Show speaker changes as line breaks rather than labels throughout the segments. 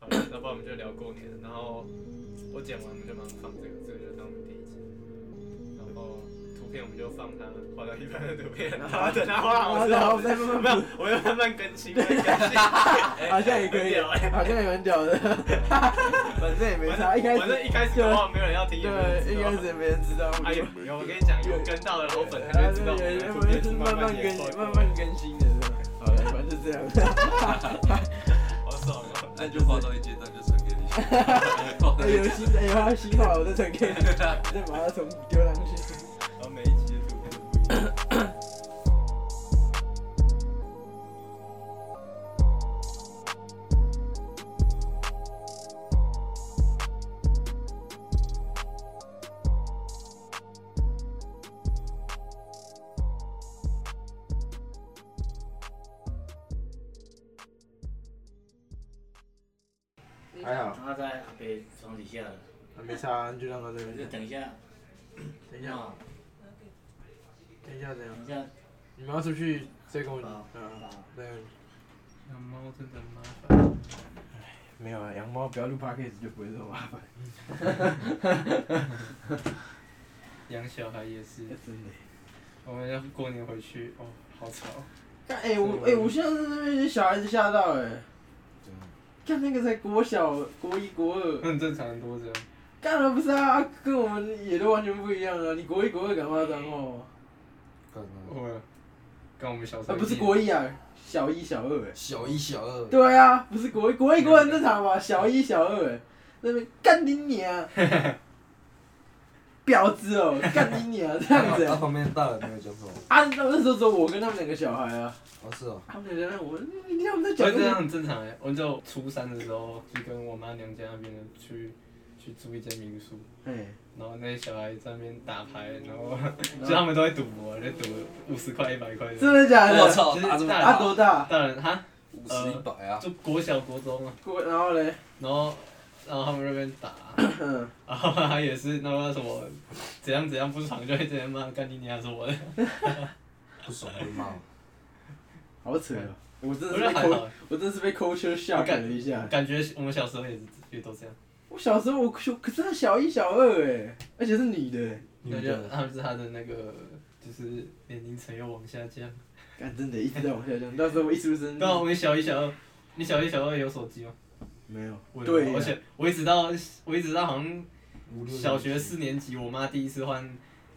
后来我们就聊过年，然后我剪完我们就马上放这个，这个就当我们第一集。然后图片我们就放他画到一半的图片，然后等他画好之
然
后，
后再慢慢
没有，我们慢慢更新，慢慢更新。
好像也可以，好像也蛮屌的，反正也没差。一开始
反正一开始的话没有人要听，也没有人知
对，一
道
开始也没人知道。
哎呦，有我跟你讲，有跟到的老粉
然
他
后
就知道我们的图
们
片
是
是
慢
慢
慢
慢
更
演化过
慢慢更新的，是吧？好了，反正就这样。
好爽啊！
那你就画到一阶段就传给 你。画到
哎
一
有
阶
新哎，我要新话我再传给你，
段
再把它从丢上去。
然后每一集的图片都不一样。
还好，
他在被床底下了，
没差，就让他这
就
边。
等一下，
等一下，
啊，
等一下，怎样
等？一下，
你们要出去再跟我
好
嗯，对，
养猫真的很麻烦。
没有啊，养猫不要录 podcast 就不会这么麻烦。
养小孩也是，
真的。
我们要过年回去哦，好吵。
看，哎、我哎、我现在在那边被小孩子吓到哎、看那个才国小国一国二，
很正常，很多这样。
干了不是啊，跟我们也都完全不一样啊。你国一国二敢骂脏话吗？
我跟啊我们小时候
哦啊，不是国一啊，小一小二哎、
小一、小二，
对啊，不是国一国一国二很正常吧？小一小二哎、那边干你娘，婊子哦，干你娘这样子、
他
欸。
旁边大人没有讲什么？
啊，那那时候只有我跟他们两个小孩啊，
哦，是哦，
他们两个我，你看我们
所
在讲
以这
这个
样很正常哎、我就初三的时候，就跟我妈娘家那边的去去住一间民宿，
哎，
然后那些小孩在那边打牌，然后就他们都会赌博，就赌五十块、一百块
嗯真
的。
的假的？
我操，
就是
打这么
他
大
大，
多大？
当然哈，
五十一百啊！
就国小国中啊，
国然后嘞，
然后然后他们那边打，
嗯，
然后他也是那个什么怎样怎样不爽就会这样骂干你娘是我的，
不爽会骂，
好扯哦！我真
我觉得
的是被
还
抠，
好，
我真的是被 culture shock 了一下。
感觉我们小时候也是也都这样，
我小时候我可可是他小一小二哎，而且是女的哎，
那就他们是他的那个就是年龄层又往下降。
干真的一直在往下降。到时候我一出生，
对啊，我们小一、小二，你小一、小二有手机吗？
没有
我，有
对啊
而
呀，
且我一直到我一直到好像
五六
小学四年级，我妈第一次换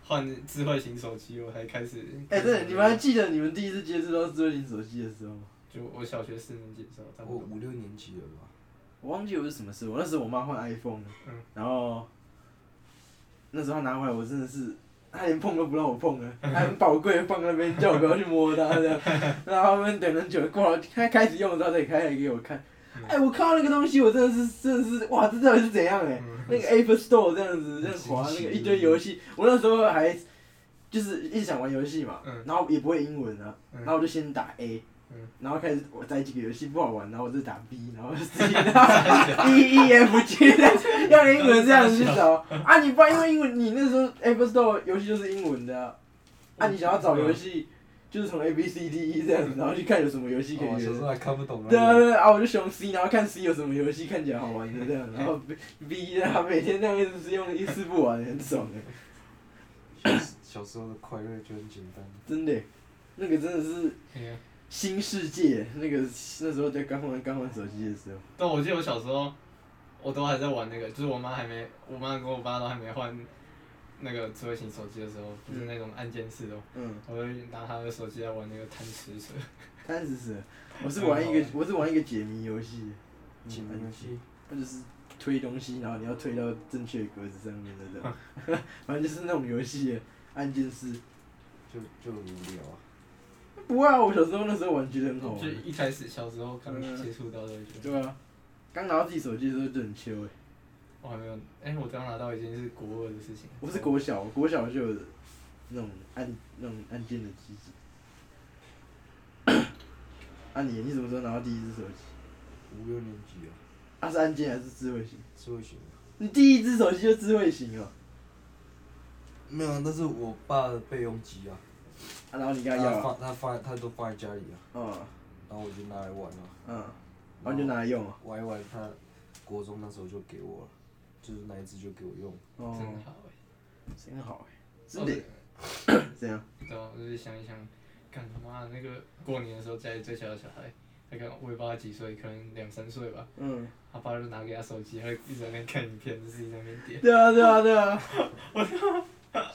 换智慧型手机，我才开始。
哎，真的，你们还记得你们第一次接触到智慧型手机的时候吗？
就我小学四年级的时候，差
我
不多。
哦
五六年级了吧？
我忘记我是什么时候，那时候我妈换 iPhone，
嗯
然后那时候她拿回来，我真的是她连碰都不让我 碰啊，她很宝贵放在那边，叫我不要去摸它这样。然后他们等很久，过了她开始用的时候再开来给我看。
嗯
哎、我看到那个东西，我真的是真的是哇，这到底是怎样哎、
嗯
那个 App Store 这样子这样滑，那个一堆游戏，我那时候还就是一直想玩游戏嘛，
嗯
然后也不会英文啊，
嗯
然后我就先打 A，、
嗯
然后开始我在几个游戏不好玩，然后我就打 B，然后 C，然 后 E E F G，用英文这样子去找啊！你不然因为英文，你那时候 App Store 游戏就是英文的啊，啊
嗯
你想要找游戏就是从 A B C D E 这样子，然后去看有什么游戏可以
哦
约
小时候还看不懂啊。
对啊对啊，啊我就选 C，然后看 C 有什么游戏看起来好玩的这样，然 后 B 啊每天那样一直是用一丝不玩，很爽的，
小时小时候的快乐就很简单。
真的，那个真的是
哎呀
新世界，那个那时候在刚玩刚玩手机的时候，
但我记得我小时候，我都还在玩那个，就是我妈还没，我妈跟我爸都还没换那个智慧型手机的时候，不是那种按键式的哦，
嗯，
我就拿她的手机来玩那个贪吃蛇。
三十是，我是玩一个
嗯
我是玩一个解谜游戏，
解谜游戏，
它就是推东西，然后你要推到正确的格子上面那种， 反正就是那种游戏，按键式。
就就很无聊啊。
不会啊，我小时候那时候玩觉得很好玩
就。一开始小时候刚
嗯
接触到的，我觉得
对啊，刚拿到自己手机的时候就很秋哎、
我还没有，哎、我刚拿到已经是国二的事情。
我是国小，国小就有那种按那种按键的机制。 啊你，你什么时候拿到第一只手机？
五六年级啊，
啊是按键还是智慧型？
智慧型啊。
你第一只手机就智慧型哦、
没有啊，那是我爸的备用机啊。
啊然后你跟
他
他要啊，
放他放他都放在家里啊，
嗯
然后我就拿来玩啊，
嗯，然后你就拿来用啊。
玩一玩他国中那时候就给我了，就是那一只就给我用。
哦
真，好哎、
真好哎，真的 这样，
欸哦对啊，我就是想一想，干他妈的那个过年的时候家里最小的小孩，他刚我也不知道他几岁，可能两三岁吧，
嗯，
他爸就拿给他手机，他就一直在那边看影片，自己在那边点，
对啊对啊对啊，我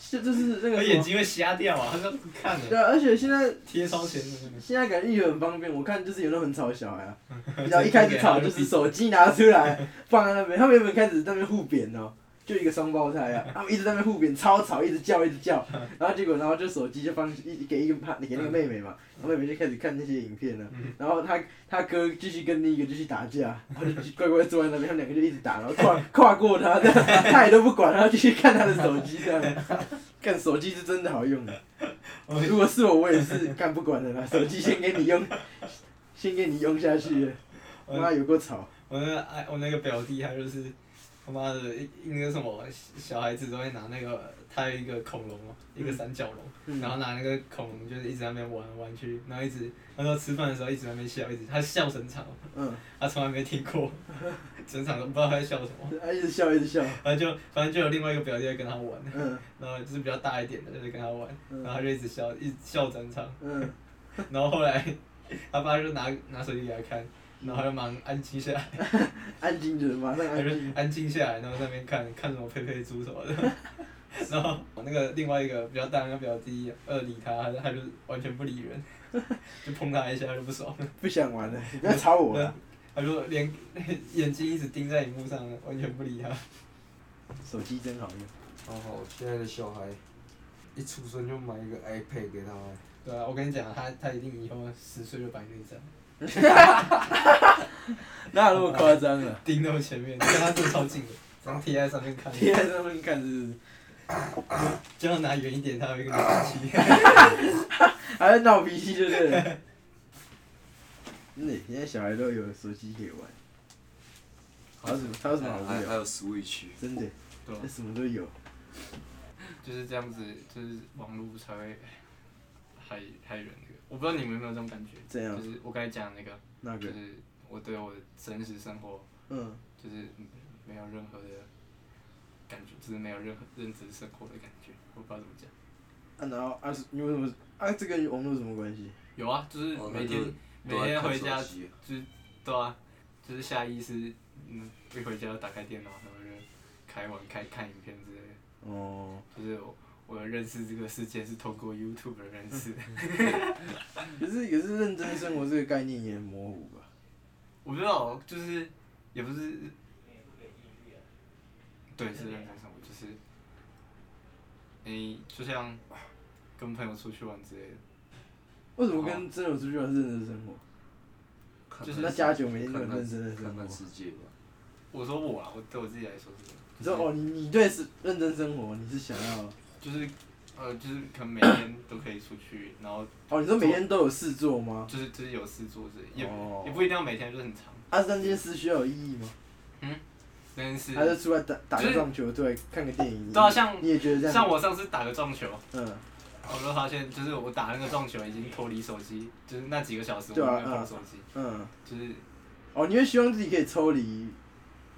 这就是
他
那个什
眼
么，
睛会瞎掉啊，他说不看
对
的，
啊，而且现在
贴超前的那个。
现在感觉育儿很方便，我看就是有那种很吵的小孩啊，然后一开始吵就是手机拿出来放在那边，他们原本开始在那边互扁哦，就一个双胞胎啊，他们一直在那边互扁，超吵，一直叫一直叫，然后结果然后就手机就放一给一个怕给那个妹妹嘛，然后妹妹就开始看那些影片了、然后他他哥继续跟另一个继续打架，然后就乖乖坐在那边，他们两个就一直打，然后 跨跨过他这样，他也都不管，然后继续看他的手机 这样，看手机是真的好用的。如果是我，我也是干不管的啦，手机先给你用，先给你用下去。妈
嗯
有够吵，
我那个哎，我那个表弟他就是他妈的那个什么小孩子都会拿那个，他有一个恐龙嘛，一个三角龙，
嗯
然后拿那个恐龙就是一直在那边玩来玩去，然后一直他说吃饭的时候一直在那边笑，一直他笑整场，
嗯，
他从来没听过， 整场都不知道他在笑什么。
他一直笑一直笑，
反正就反正就有另外一个表弟在跟他玩，
嗯
然后就是比较大一点的就是跟他玩，然后
嗯
他就一直笑，一直笑整场。
嗯，
然后后来 他爸就拿拿手机给他看，然后他就忙安静下来。
安静着，马上
他
安
就
静。
安静下来，然后在那边看看什么佩佩猪什么的。然后我那个另外一个比较大的那个表弟，呃，理他，他他就完全不理人，就碰他一下他就不爽了，
不想玩了，
嗯
你不要吵我了。
他就连眼睛一直盯在荧幕上，完全不理他。
手机真好用，
超好，现在的小孩一出生就买一个 iPad 给他，
对啊，我跟你讲，他他一定以后十岁就摆那张，
哪有那么夸张 啊？
盯到前面，跟他坐超近的，然后贴在上面看，
贴在上面看是不是？
就要拿远一点，他有一个冷气。
还在闹脾气就对了。真的，现在小孩都有手机可以玩，还有什么还有什么好
还
无
还
聊？
有 Switch，
真的，
对啊
这什么都有。
就是这样子，就是网络才会害害人那个。我不知道你们有没有这种感觉，
这样
就是我刚才讲的那个，
那
就
个，
是我对我的真实生活
嗯，
就是没有任何的感觉，就是没有任何认知生活的感觉，我不知道怎么讲。
啊，然后啊，是你为什么啊？这跟网络有什么关系？
有啊，就是
哦那
每天、
就
每天回家
都在看手机
就是对啊，就是下意识嗯一回家就打开电脑，然后就开玩开看影片之类的，
哦，
就是我。我认识这个世界是通过 YouTube 的认识的，
可是可是认真生活这个概念也很模糊吧？
我不知道，就是也不是，对，是认真生活，就是你就像跟朋友出去玩之类的，
为什么
哦
跟真友出去玩是认真生活？
看
就是
那
看
家九每天都
看
很认真的
看
生
看
活
看。世界吧，
我说我啊，我对我自己来说是这样，
你说哦，你你对是认真生活，你是想要哦
就是呃，就是可能每天都可以出去，然后
哦？你说每天都有事做吗？
就是就是有事做之类，也、
哦
也不一定要每天就是很长，
啊，那这件事需要有意义吗？
但是
还是出来打打
就
个
是
撞球，对，看个电影？
对啊，像
你也觉得这样？
像我上次打个撞球，
嗯，
我就发现就是我打那个撞球已经脱离手机，就是那几个小时我
对啊
没有碰手机，
嗯，
就是
哦，你会希望自己可以抽离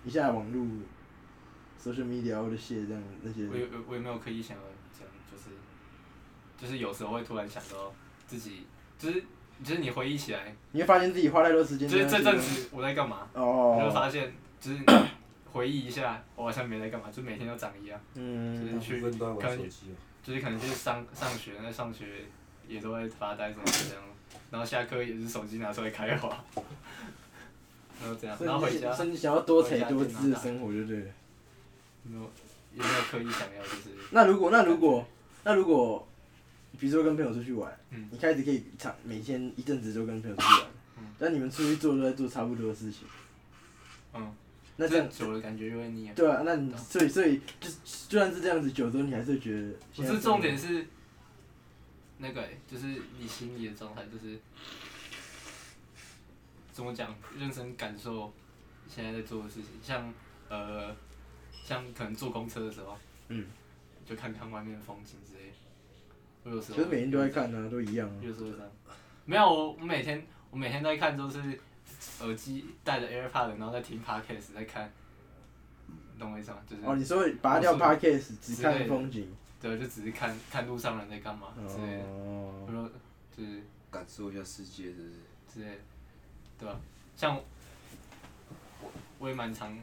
一下网络、social media 或者写这样那些
我，也我也没有刻意想要这样，就是就是有时候会突然想到自己，就是就是你回忆起来，
你会发现自己花太多时
就
间在
是这
那些东西。
阵子我在干嘛，你就
哦，
发现就是你回忆一下，我好像没在干嘛，就每天都长一样，
嗯，
就是去
大部分都在玩
看
手机啊。
就是可能就是上上学那上学也都会发呆什么这样，然后下课也是手机拿出来开滑， 然后这样，
所以
然后回
你
家
想，所以你想要多才多姿的生活就对了。
没有也没有刻意想要就是
那如果那如果那如果，比如说跟朋友出去玩，
嗯
你开始可以常每天一阵子都跟朋友出去玩，
嗯
但你们出去做都在做差不多的事情，
嗯，
那这样
久了感觉就会腻了。
对啊，那你
懂
所以所以就就算是这样子，久之后你还是会觉得
不
现在。
是重点是，那个、欸、就是你心里的状态，就是怎么讲，认真感受现在在做的事情，像呃，像可能坐公车的时候，
嗯，
就看看外面的风景之类的。我有时
其
候
实每天都在看啊，都一样啊。
有时候会这样，没有我，我每天我每天在看都是耳机戴着 AirPod，然后在听 Podcast，在看，懂我意思吗？就是、
哦，你说拔掉
我是
podcast 只
之类
看
的
风景，
对，就只是看看路上人在干嘛之类的，
哦
或，者就是
感受一下世界，是不是？
之类的，对吧、像我我也蛮常，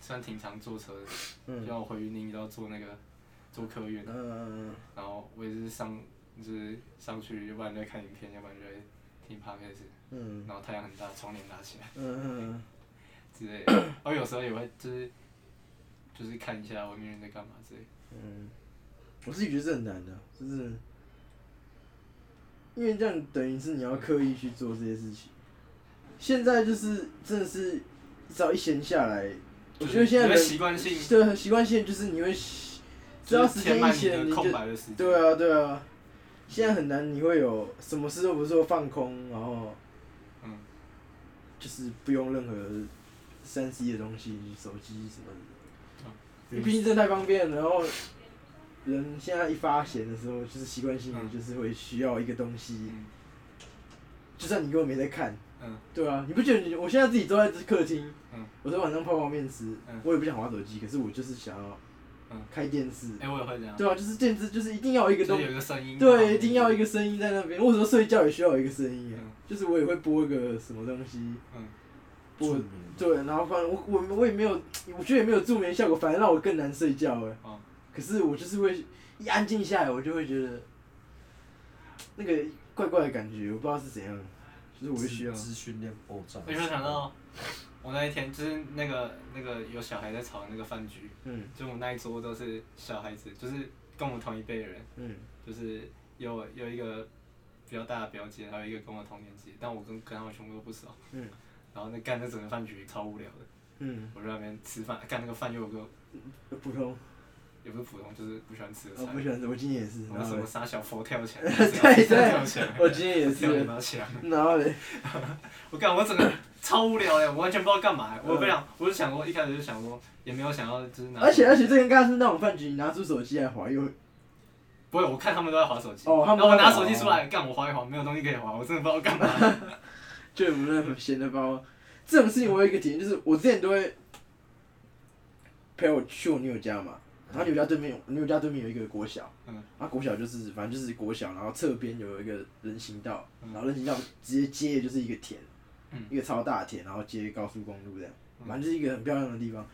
算挺常坐车的，就
嗯
像我回云林都要坐那个坐客运，
嗯，
然后我也是上就是上去，要不然就在看影片，要不然就在听 Podcast，
嗯
然后太阳很大，窗帘拉起来。
嗯
之 类的，然后有时候也会就是就是看一下外面人在干嘛之类的。
嗯，我自己觉得这很难的、啊就是因为这样等于是你要刻意去做这些事情。现在就是真的是，只要一闲下来，我觉得现在
就是你会
人
习惯性
对习惯性就是你会，只要时间
填
一
满
闲
你
你
的
就
空白的时间。
对啊，对啊，现在很难，你会有什么事都不做，放空，然后
嗯，
就是不用任何三 C 的东西，手机什么的
嗯，
因为毕竟这太方便了。然后人现在一发闲的时候，就是习惯性的
嗯
就是会需要一个东西，
嗯
就算你根本没在看，
嗯
对啊，你不觉得你我现在自己坐在这客厅
嗯，
我在晚上泡泡面吃
嗯，
我也不想玩手机，可是我就是想要
嗯
开电视，
哎、我也会这样。
对啊，就是电视就是一定要有一
就
个东
是有一个声音。
对，一定要一个声音在那边。为什么睡觉也需要有一个声音啊
嗯？
就是我也会播一个什么东西，
嗯
我
助眠
对，然后反正我我我也没有，我觉得也没有助眠效果，反而让我更难睡觉哎。
哦
可是我就是会一安静下来，我就会觉得那个怪怪的感觉，我不知道是怎样，就是我就需要
资讯量爆炸。
我就想到我那一天就是那个那个有小孩在吵的那个饭局，
嗯
就我那一桌都是小孩子，就是跟我同一辈的人，
嗯
就是有有一个比较大的表姐，还有一个跟我同年级，但我跟跟他们全部都不熟。
嗯
然后那干那整个饭局超无聊的。
嗯，
我在那边吃饭，干那个饭又有个
普通，
也不是普通，就是不喜欢吃的菜。
哦我不喜欢，我今天也是，
然 后
然后
什
嘞
么傻小佛跳墙，
对对
跳 墙，
我今天也
跳你
是，
妈墙！
然后嘞，
我干，我整个超无聊哎，我完全不知道干嘛欸。我不想，我就想过一开始就想说，也没有想要就是拿。
而且而且这个应该是那种饭局，你拿出手机来划，又
不会，我看他们都在划手机。
哦他
然
们
后我
都在哦
拿
滑
手机出来，干我划一划，没有东西可以划，我真的不知道干 嘛。
就我们那闲的包。这种事情我有一个体验，就是我之前都会陪我去我女友家嘛，然后女友家对面有，女友家对面有一个国小，
嗯，
然后国小就是反正就是国小，然后侧边有一个人行道，
嗯
然后人行道直接接的就是一个田，
嗯
一个超大的田，然后接高速公路这样，
嗯
反正就是一个很漂亮的地方。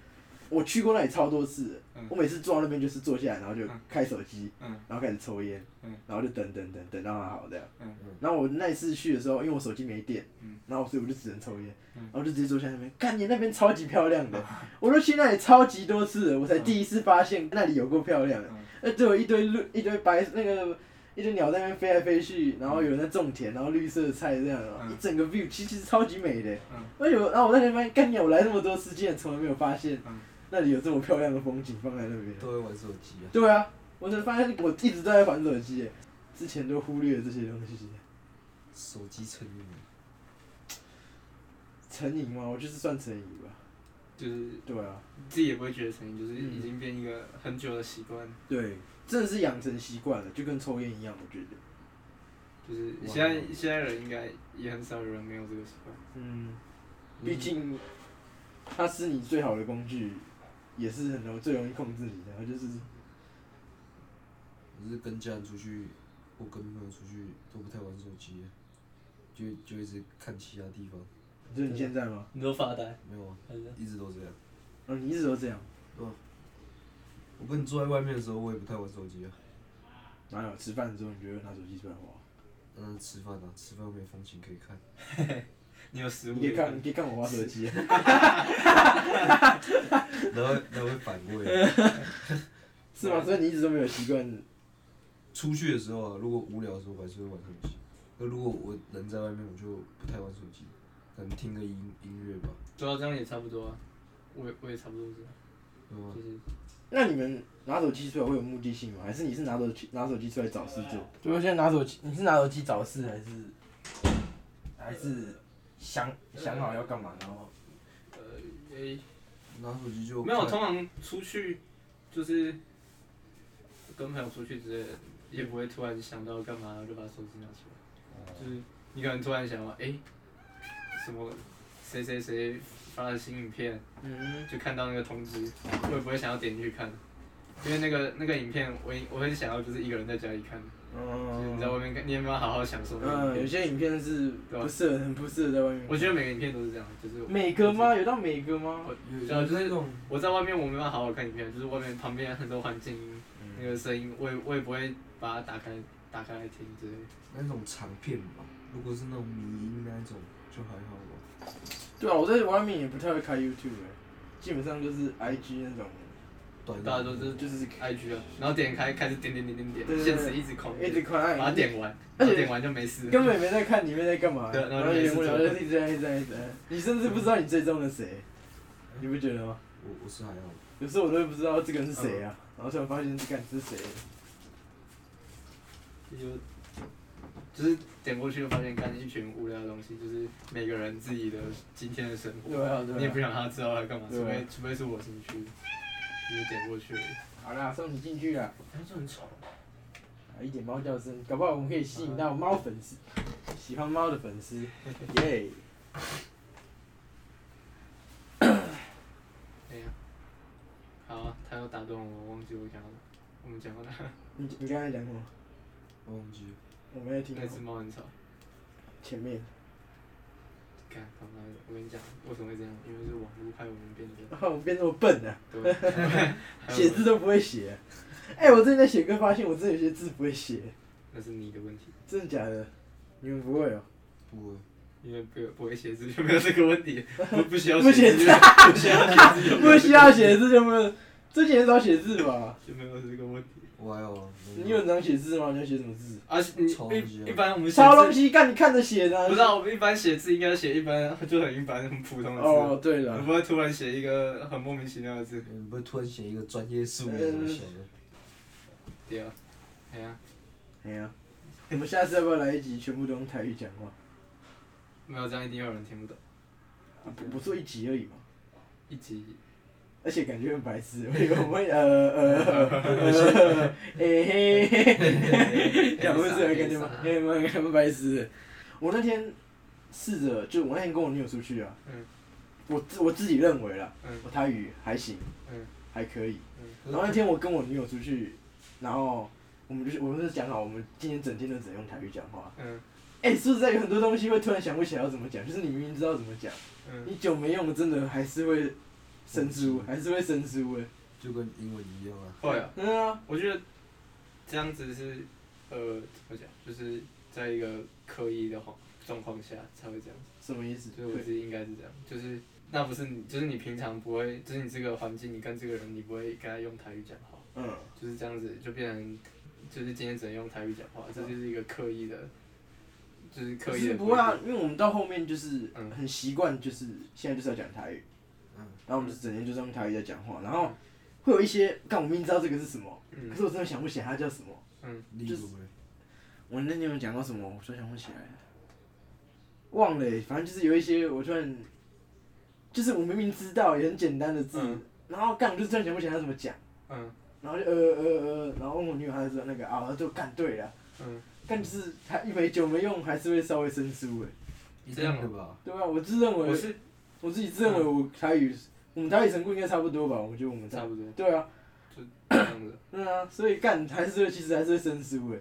我去过那里超多次了，
嗯
我每次坐到那边就是坐下来，然后就
嗯
开手机，
嗯
然后开始抽烟，
嗯
然后就等等等等到它好这样。
嗯
然后我那一次去的时候，因为我手机没电，
嗯
然后所以我就只能抽烟，
嗯
然后就直接坐下来那边。看你那边超级漂亮的，我都去那里超级多次了，我才第一次发现那里有够漂亮的
嗯。
那只有一堆绿，一堆白那个。一堆鸟在那边飞来飞去，然后有人在种田，然后绿色的菜这样，
嗯
一整个 view 其实超级美的。
嗯
而且我，然后我在那边干鸟，我来那么多次，竟然从来没有发现
嗯
那里有这么漂亮的风景放在那边。
都会玩手机啊。
对啊，我才发现我一直都在玩手机耶，之前都忽略了这些东西。
手机成瘾，
成瘾吗？我就是算成瘾吧。
就是
对啊，
自己也不会觉得成瘾，就是
嗯
已经变一个很久的习惯。
对，真的是养成习惯了，就跟抽烟一样，我觉得。
就是
哇
现在现在人应该也很少有人没有这个习惯。
嗯，毕竟它是你最好的工具，也是很容最容易控制你的，就是
我是跟家人出去，或跟朋友出去都不太玩手机啊，就就一直看其他地方，
就是你现在吗？
你都发呆，
没有啊，
还是
一直都这样。
哦，你一直都这样，
我跟你坐在外面的时候，我也不太玩手机啊。
哪有吃饭的时候你就会拿手机出来玩？
嗯，吃饭啊，吃饭没有风景可以看。
你有食物
你可以
也
看，你可以看我玩手机啊。
然后然后会反胃。啊
是吗？所以你一直都没有习惯。
出去的时候啊，如果无聊的时候，我还是会玩手机。那如果我人在外面，我就不太玩手机，可能听个音音乐吧，
主要这样也差不多啊，我也我也差不多是这样，
对吧？
就是
那你们拿手机出来会有目的性吗？还是你是拿手机拿手机出来找事做？就是现在拿手机，你是拿手机找事，还是还是想想好要干嘛，然后
呃，诶、
拿手机就
没有，
看
通常出去就是跟朋友出去之类的，也不会突然想到干嘛，然后就把手机拿出来。就是你可能突然想到，哎、什么谁谁谁发了新影片，
嗯，
就看到那个通知，我也不会想要点进去看，因为那个那个影片我我会想要就是一个人在家里看，就是你在外
哦，
面看，你有没有好好享受那个
嗯，有
影片？
些影片是不适合，很不适合在外面看。
我觉得每个影片都是这样，就是
美哥吗？有到美哥吗？
对啊就是
那种
我在外面我没办法好好看影片，就是外面旁边很多环境音，
嗯
那个声音我也我也不会把它打开打开来听之类的。
那种长片吧，如果是那种迷音那一种就还好吧。
对啊，我在外面也不太会开 YouTube，欸基本上就是 IG 那种，
短
大家啊都是
就是
IG 啊，然后点开开始点点点点
对
点，
对对
限时一直狂
一直
点，
狂
把它
按，
点完，
而
然
且
后点完就没事了。
根本没在看里面在干嘛，
对啊然
然
后
后
就没
也
事
无聊
做
就一直在一直在一直在，你甚至不知道你追踪了谁，你不觉得吗？
我我是还好，
有时候我都会不知道这个人是谁啊，
嗯
然后突然发现这个人是谁，
就就是点过去就发现，看一群无聊的东西，就是每个人自己的今天的生活，
对啊
你也不
对啊。
想他知道他干嘛，
对啊
除非除非是我兴趣，你就点过去了。
好啦，送你进去啦，
哎，这很吵。
啊一点猫叫声，搞不好我们可以吸
啊
引到猫粉丝，喜欢猫的粉 丝，耶！
哎呀，好啊，他又打断我，我忘记我讲到哪，我们讲到哪？
你你刚才讲什么？
我忘记了。
我没有听
那只
懂。
猫很吵。
前面。
看，他妈的，我跟你讲，为什么会这样？因为是网络害我们变得
然后我变这么笨啊，
对，还有
写字都不会写。哎、我最近在写歌，发现我真的有些字不会写，
那是你的问题，
真的假的？你们不会哦、
不会，
因为不不会写字就没有这个问题，不不需要
不
写
写
字
字，
不需要写 字就没
不
有
需要写字就不能，最近很少写字吧？
就没有这个问题。
我还好啊。
你有能写字吗？你要写什么字？
而且你
抄东西啊
一一般我们写
抄东
字，
西，干你看着写的啊、
嗯不知道我们一般写字应该写一般就很一般很普通的字，
哦，对
我
了，
不会突然写一个很莫名其妙的字。
你不会突然写一个专业术语什么写的？
对啊，哎呀，
哎呀、我们下次要不要来一集全部都用台语讲话？
没有这样一定会有人听不懂。
啊不不做一集而已嘛，
一集
而且感觉很白痴，我以 为我们会呃呃呃，哎嘿嘿嘿。讲故事还感觉蛮
哎
蛮蛮蛮白痴的。我那天试着，就我那天跟我女友出去啊，
嗯
我自我自己认为啦，
嗯
我台哦语还行，
嗯
还可以。然后那
然后
天我跟我女友出去，然后我们就是我们就是讲好，我们今天整天都只能用台语讲话。
嗯
哎、说实在，有很多东西会突然想不起来要怎么讲，就是你明明知道怎么讲，
嗯，
你久没用，真的还是会生疏，还是会生疏哎。
就跟英文一样啊，
会啊。
嗯啊，
我觉得这样子是呃怎么讲，就是在一个刻意的状状况下才会这样子，
什么意思？
所以我
对
自己应该是这样，就是那不是你，就是你平常不会，就是你这个环境，你跟这个人，你不会跟他用台语讲话，
嗯，
就是这样子就变成，就是今天只能用台语讲话，这就是一个刻意的，就是刻
可
意
是
的。
不会啊，，因为我们到后面就是
嗯
很习惯，就是现在就是要讲台语，
嗯
然后我们就整天就是用台语在讲话，然后会有一些，但我明明知道这个是什么，可
嗯
是我真的想不起来它叫什么。
例如嘞，
我那天有讲到什么，我突然想不起来了，忘了欸、反正就是有一些我突然，就是我明明知道也很简单的字，
嗯
然后干我就突然想不起来它怎么讲，
嗯
然后就呃呃呃，然后问我女友，她就说那个啊，就干对了，
嗯，
干就是她一没久没用，还是会稍微生疏哎、
一样的吧？
对啊，我自认为
我是
我自己自认为我台语，我们台语程度应该差不多吧？我觉得我们
差
差，
不多
对啊，
这样子。
对啊，所以干还是会，其实还是会生疏哎。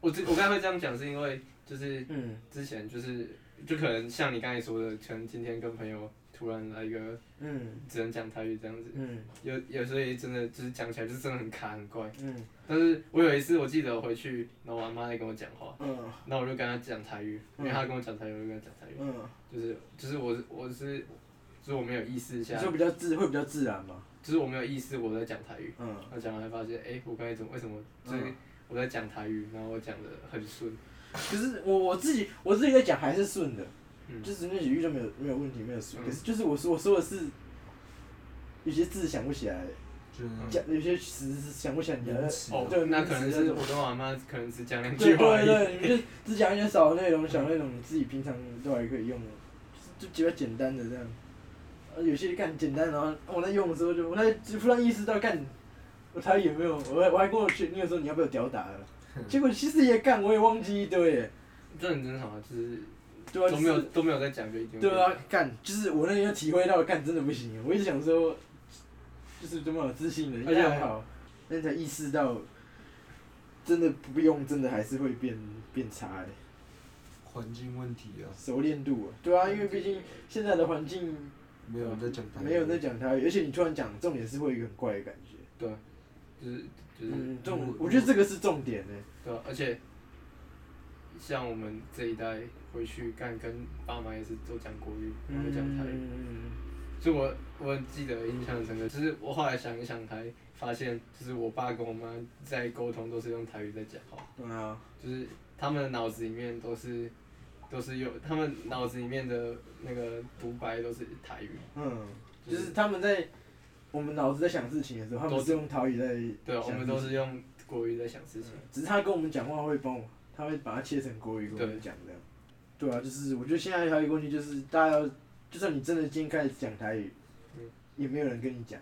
我这我刚才会这样讲，是因为就是
嗯
之前就是就可能像你刚才说的，可能今天跟朋友突然来一个
嗯
只能讲台语这样子，
嗯
有有时候也真的就是讲起来就是真的很卡很怪。
嗯
但是我有一次我记得我回去，然后我阿妈在跟我讲话，
嗯
那我就跟她讲台语，因为她跟我讲台语，我就跟她讲台语，
嗯，
就是就是我是我是就是我没有意识
你
下，
说比较自会比较自然嘛？
就是我没有意识我在讲台语，
嗯
我讲完才发现，哎、我刚才怎么为什么就是
嗯，
我在讲台语，然后我讲的很顺，
可是我我自己我自己在讲还是顺的，
嗯
就是那几句就没有没有问题没有顺，
嗯
可是就是我说我说的是。有些字想不起来，
啊就是那种
讲有些词是想不起来，你
名
的
词
哦
啊，
对
那可能
名
是
词
我跟我阿妈可能只讲两句
对
话而
对
已。
对，你们就只讲一些少的内容，小内容你自己平常都还可以用的，就就比较简单的这样。呃，有些干简单，然后我在用的时候就我在就突然意识到干，我台语也没有，我还我还跟我去，你有时候你要不要屌打了？结果其实也干，我也忘记一堆耶。
这很正常啊，就是
对啊，
都
就
没有
是
都没有在讲，就一定会
对啊，干，就是我那天体会到干真的不行，我一直想说，就是多么有自信的，应
而且
该还好，但才意识到，真的不用，真的还是会变变差哎、
环境问题啊，
熟练度啊，对啊，因为毕竟现在的环境
没有人在讲台语，
没有在讲台语，而且你突然讲，重点是会有一个很怪的感觉。
对啊，就是就是
嗯，
如果
重，我觉得这个是重点欸呢、
对啊，而且像我们这一代回去干，跟爸妈也是都讲国语，然后讲台语。
嗯
就我我很记得印象很深刻，就是我后来想一想才发现，就是我爸跟我妈在沟通都是用台语在讲话，
对啊，
就是他们的脑子里面都是都是有他们脑子里面的那个独白都是台语，
嗯，就
就是
是他们在我们脑子在想事情的时候，他们
都
是用台语在
对啊，
想
我们
事
都
情
是用国语在想事情。
只是他跟我们讲话会帮我，他会把它切成国语跟我们讲
嗯
这样。对啊，就是我觉得现在还有一个问题就是，大家要就算你真的今天开始讲台语，
嗯
也没有人跟你讲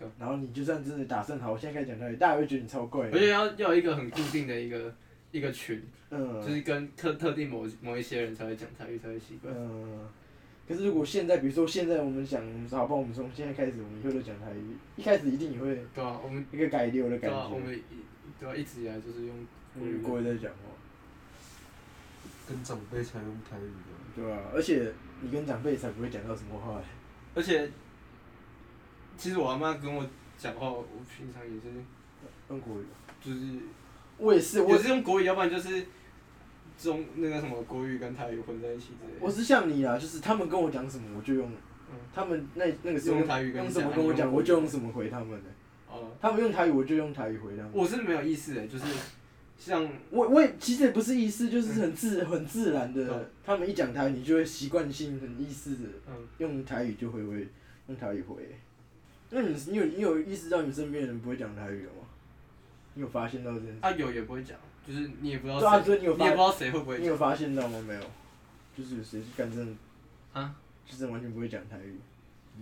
对。
然后你就算真的打算好，我现在开始讲台语，大家会觉得你超怪
而且
的。
要要有一个很固定的一个一个群，
嗯，
就是跟特特定某某一些人才会讲台语才会习惯。
嗯。可是如果现在，比如说现在我们讲，好不好？我们从现在开始，我们以后都讲台语，一开始一定也会
对啊，我们
一个改流的
对
感
啊，我
觉，
们一对啊，一直以来就是用
我们国语在讲话。
跟长辈才用台语的，
对啊，而且你跟长辈才不会讲到什么话。
而且，其实我阿妈跟我讲话，我平常也是
用国语，
就是
我也是，我
我是用国语，要不然就是中那个什么国语跟台语混在一起之类的。
我是像你啊，就是他们跟我讲什么我就用，
嗯
他们那那个时候
用台语跟
用
你
什
讲
么跟我
啊
讲，
你用
我就用什么回他们的。
哦，
他们用台语，我就用台语回他们。
我是没有意思的，就是像
我我也其实也不是意思，就是很自很自然
嗯
的，他们一讲台语，你就会习惯性很意识的
嗯，
用台语就回回用台语回。那你你有你有意识到你身边的人不会讲台语了吗？你有发现到这件事？
啊有也不会讲，就是你也不知道
对啊，
谁，
哥，你
你也
有
不
发
知道谁会不会
你
讲
有发现到吗？没有，就是有谁是干真的
啊？
就是完全不会讲台语。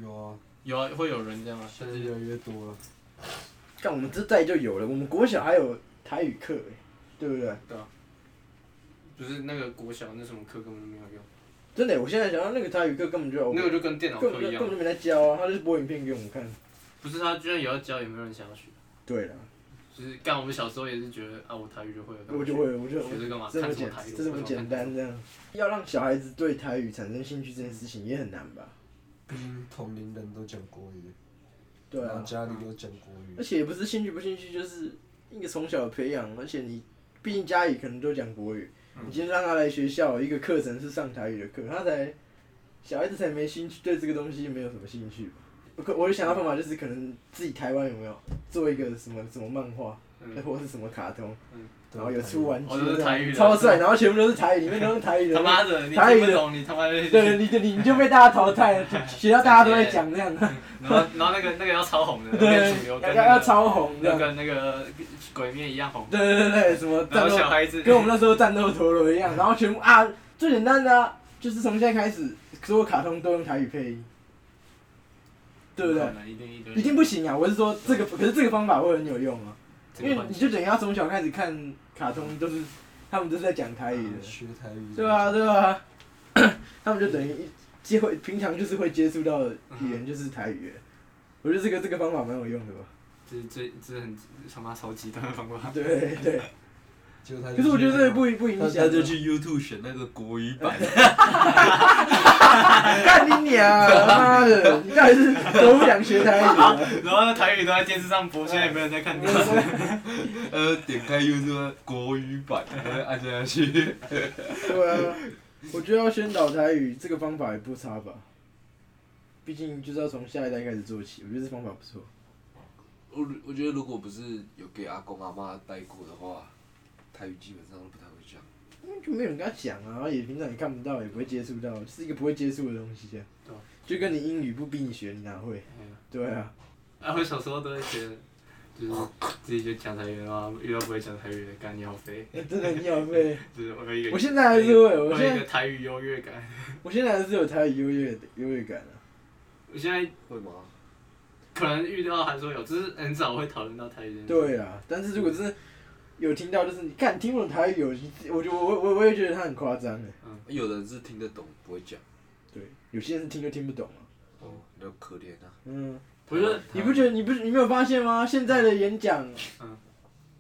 有啊，
有啊，会有人这样啊，
现
但
在
是
越来越多了，
但我们这代就有了，我们国小还有台语课、欸，对不对？
就是那个国小那什么课根本就没有用，
真的欸、我现在想到那个台语课根本就
那个就跟电脑
根
课
本就
一
根本
样，
就没在教啊，他就是播影片给我们看。
不是啊他居然也要教，有没有人想要学？
对了，
就是干我们小时候也是觉得啊，我台语就会了，干嘛
我就
学
会，我就
学这干嘛？
这么
看什
简
么台语？
这么
为什
简
看
单这样，要让小孩子对台语产生兴趣这件事情也很难吧？
毕竟同龄人都讲国语，
对
然后
啊，嗯
家里都讲国语
而，且也不是兴趣不兴趣，就是一个从小的培养，而且你毕竟家里可能都讲国语，
嗯
你今天让他来学校一个课程是上台语的课，他才小孩子才没兴趣，对这个东西没有什么兴趣吧。我可我就想到方法就是可能自己台湾有没有做一个什么什么漫画，
嗯
或是什么卡通，
都
然后有
用台语
出玩具
哦都是
这样
台语的
超帅，然后全部都是台语，里面都是台语的。
他妈的，你
台
听
语
不
的
懂，你他妈的。
对，你就你就被大家淘汰了，就学校大家都在讲这样，
然后然后那个那个要超红的，那个主
对，
流
要
跟
要
那
要
个
超红这
要
样。
跟那个鬼面一样红，
对对对对，什么
然
战
后
斗
小孩 子
跟我们那时候战斗陀螺一样，然后全部啊，最简单的、啊、就是从现在开始，所有卡通都用台语配音，对不
可
对？
能一定一堆人
一定不行啊！我是说这个，可是这个方法会很有用啊，
这
因
个
为
环
你
境
就等于要从小开始看卡通，都是他们都是在讲台语的，
学台语，
对啊，，对啊， 他们就等于一接会平常就是会接触到的语言就是台语了，我觉得这个这个方法蛮有用的吧？
这这这很他妈超极端的方法。
对对，
结果他就
可是我觉得这个不不影
他
响啊
他。哦就去 YouTube 选那个国语 版，
干你娘！啊妈的，你到底是都不想学台语啊？
然后那台语都在电视上播，现在也没有人在看电视。
呃，点开 YouTube 国语版，然后按下去。
对啊，我觉得要宣导台语这个方法也不差吧，毕竟就是要从下一代开始做起，我觉得这方法不错。
我我觉得如果不是有给阿公阿妈带过的话，台语基本上都不太会讲。
因为就没有人跟他讲啊，然后也平常也看不到，也不会接触到，就是一个不会接触的东西啊
对啊。
就跟你英语不逼你学，你哪会？对啊，
啊，我小时候都会觉得，就是自己就讲台语的话，遇到不会讲台语的，干你好飞，
那真的你好会。
就是我有一个，
我现在还是会，我
我有一个
现在
台语优越感。
我现在还是有台语优越的优越感啊。
我现在
会吗？
可能遇到还说有，只是很少会讨论到台语。，
对啊，但是如果真的有听到，就是你看听不懂台语有，我就我我我也觉得他很夸张哎。
嗯
有人是听得懂不会讲，
对，有些人听就听不懂啊。
哦，那可怜啊。
嗯，
不是
你不觉得你不是你没有发现吗？现在的演讲，
嗯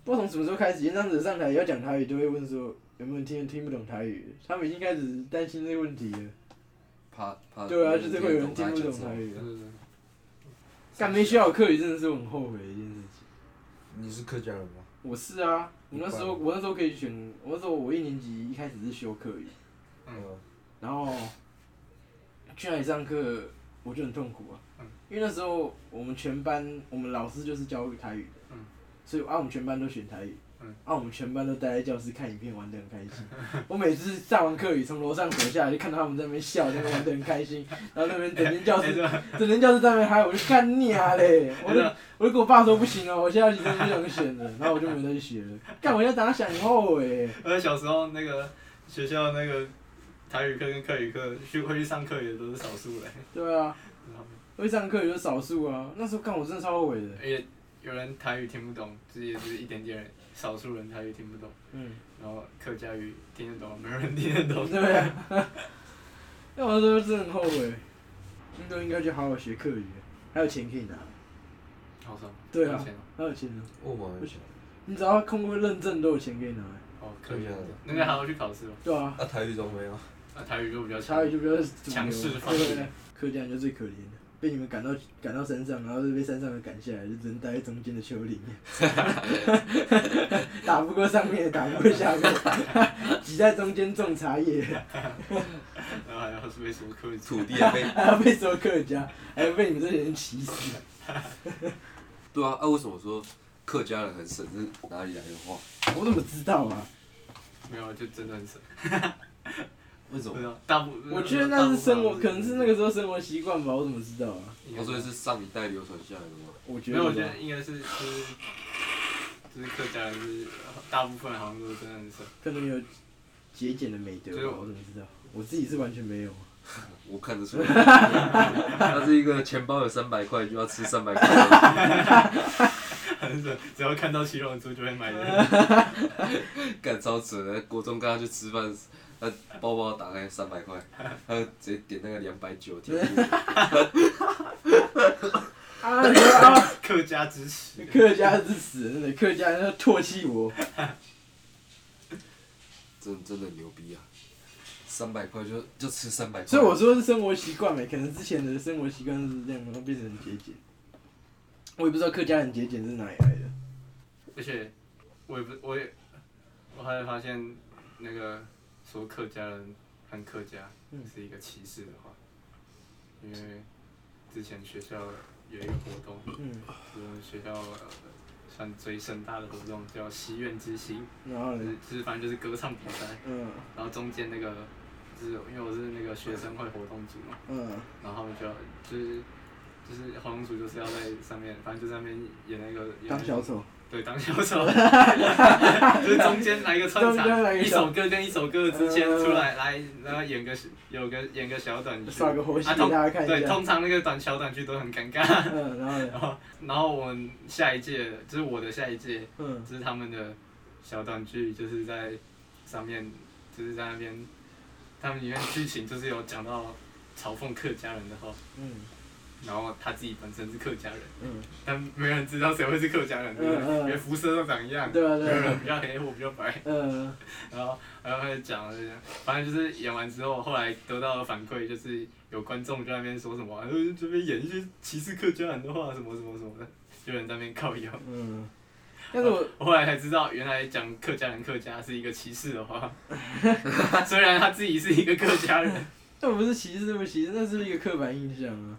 不知道从什么时候开始，演讲者上台要讲台语都会问说有没有人听听不懂台语，他们已经开始担心这个问题了。
怕怕
对啊，就是会有人听不懂台语啊。干没学好课语真的是我很后悔的一件事情。
你是客家人吗？
我是啊，我
一
那
般
时候我那时候可以选，我那时候我一年级一开始是修课语，
嗯，
然后去那里上课我就很痛苦啊，
嗯
因为那时候我们全班我们老师就是教台语的，
嗯
所以啊我们全班都选台语，
嗯
啊我们全班都待在教室看影片玩的很开心。 我每次上完课语从楼上走下来就看到他们在那边笑，在那边玩的很 开心，然后那边整间教室
哎对哎吧？
整天教室在那边嗨，我就干你啊嘞！我就我就跟我爸说不行哦，我现在其实不想选了，然后我就没再去学了。干，我现在打想后悔。欸
而且小时候那个学校那个台语课跟客语课去会去上课也都是少数嘞，
对啊，
然后
会上课也就少数啊。那时候干我真的超后悔的。
而且有人台语听不懂，这也是一点点人，少数人台语听不懂，
嗯，
然后客家语听得懂，没有人听得懂。
对啊。 那我那时候真的很后悔，那时候应该去好好学课语，还有钱可以拿，
好爽。
对啊
有钱哦
还有钱呢。
我嘛
不，行你只要通过认证都有钱可以拿，
哦，可以
客家的。
那个还要去考试哦，
对啊。
啊，台语都没 有。
那台语就比较强
差。异就比较
强势
对
发展
对对客家人就最可怜的，被你们赶到赶到山上，然后就被山上的赶下来，就只能待在中间的丘 陵，打不过上面，也打不过下面， 挤在中间种茶叶，
然后还要是被说客家
土地也 被
还要被说客家，还要被你们这些人歧视。
对啊，啊为什么说客家人很省？是哪里来的话？
我怎么知道啊？
没有，就真的很省。
为什
不
么
知？道，大部
我觉得那是生活，
大部分
可能是那个时候生活习惯吧，我怎么知道啊？
应该
我说的哦是上一代流传下来的吗？
我觉
没有，我觉
得
得应该是就是就是客家人是大部分好像都真的很省。
可能有节俭的美德
就是
吧，
我
我怎么知道？我自己是完全没有。啊
我看得出 来，他是一个钱包有三百块就要吃三百块的，
很省，只要看到七龙珠就会买 的。
干超扯的。国中跟他去吃饭，他包包打开三百块，他直接点那个两百九甜不辣
啊，你说啊。
客家支持，
客家之死，真的客家人要唾弃我。
真真的牛逼啊！三百块就就吃三百块，
所以我说是生活习惯呗，可能之前的生活习惯是这样，然后变成节俭。我也不知道客家人节俭是哪里来的。
而且我也不我也我还发现那个说客家人很客家
嗯
是一个歧视的话，因为之前学校有一个活动，
嗯，
是我们学校、呃、算最盛大的活动，叫西苑之星，
然后
就是
呢，
就是反正就是歌唱比赛，
嗯
然后中间那个就是因为我是那个学生会活动组嘛，
嗯
然后他们就要就是就是黄龙组就是要在上面，反正就在那边演那个演
当小丑，
对当小丑， 就是中间来一个穿
中间
插，
来一
一
个
首歌跟一首歌之间
嗯
出来来，然后演个有个演个小短剧，
耍个猴戏
啊
给
通
大家看
对
一下。
通常那个短小短剧都很尴尬，
嗯，然后呢，
然后然后我们下一届就是我的下一届，
嗯，
就是他们的小短剧就是在上面就是在那边，他们里面剧情就是有讲到嘲讽客家人的话。
嗯
然后他自己本身是客家人，
嗯，
但没有人知道谁会是客家人，对不对？
嗯嗯
连肤色都长一样，
对啊
没
对
有
啊
人，比较黑，我比较白。
嗯
然后，然后他就讲了，反正就是演完之后，后来得到的反馈就是有观众就在那边说什么，呃，这边演一些歧视客家人的话，什么什么什么的，有人在那边靠腰。
嗯。但是我
我后来才知道，原来讲客家人客家是一个歧视的话，虽然他自己是一个客家人，
那不是歧视，不是歧视，那是一个刻板印象啊，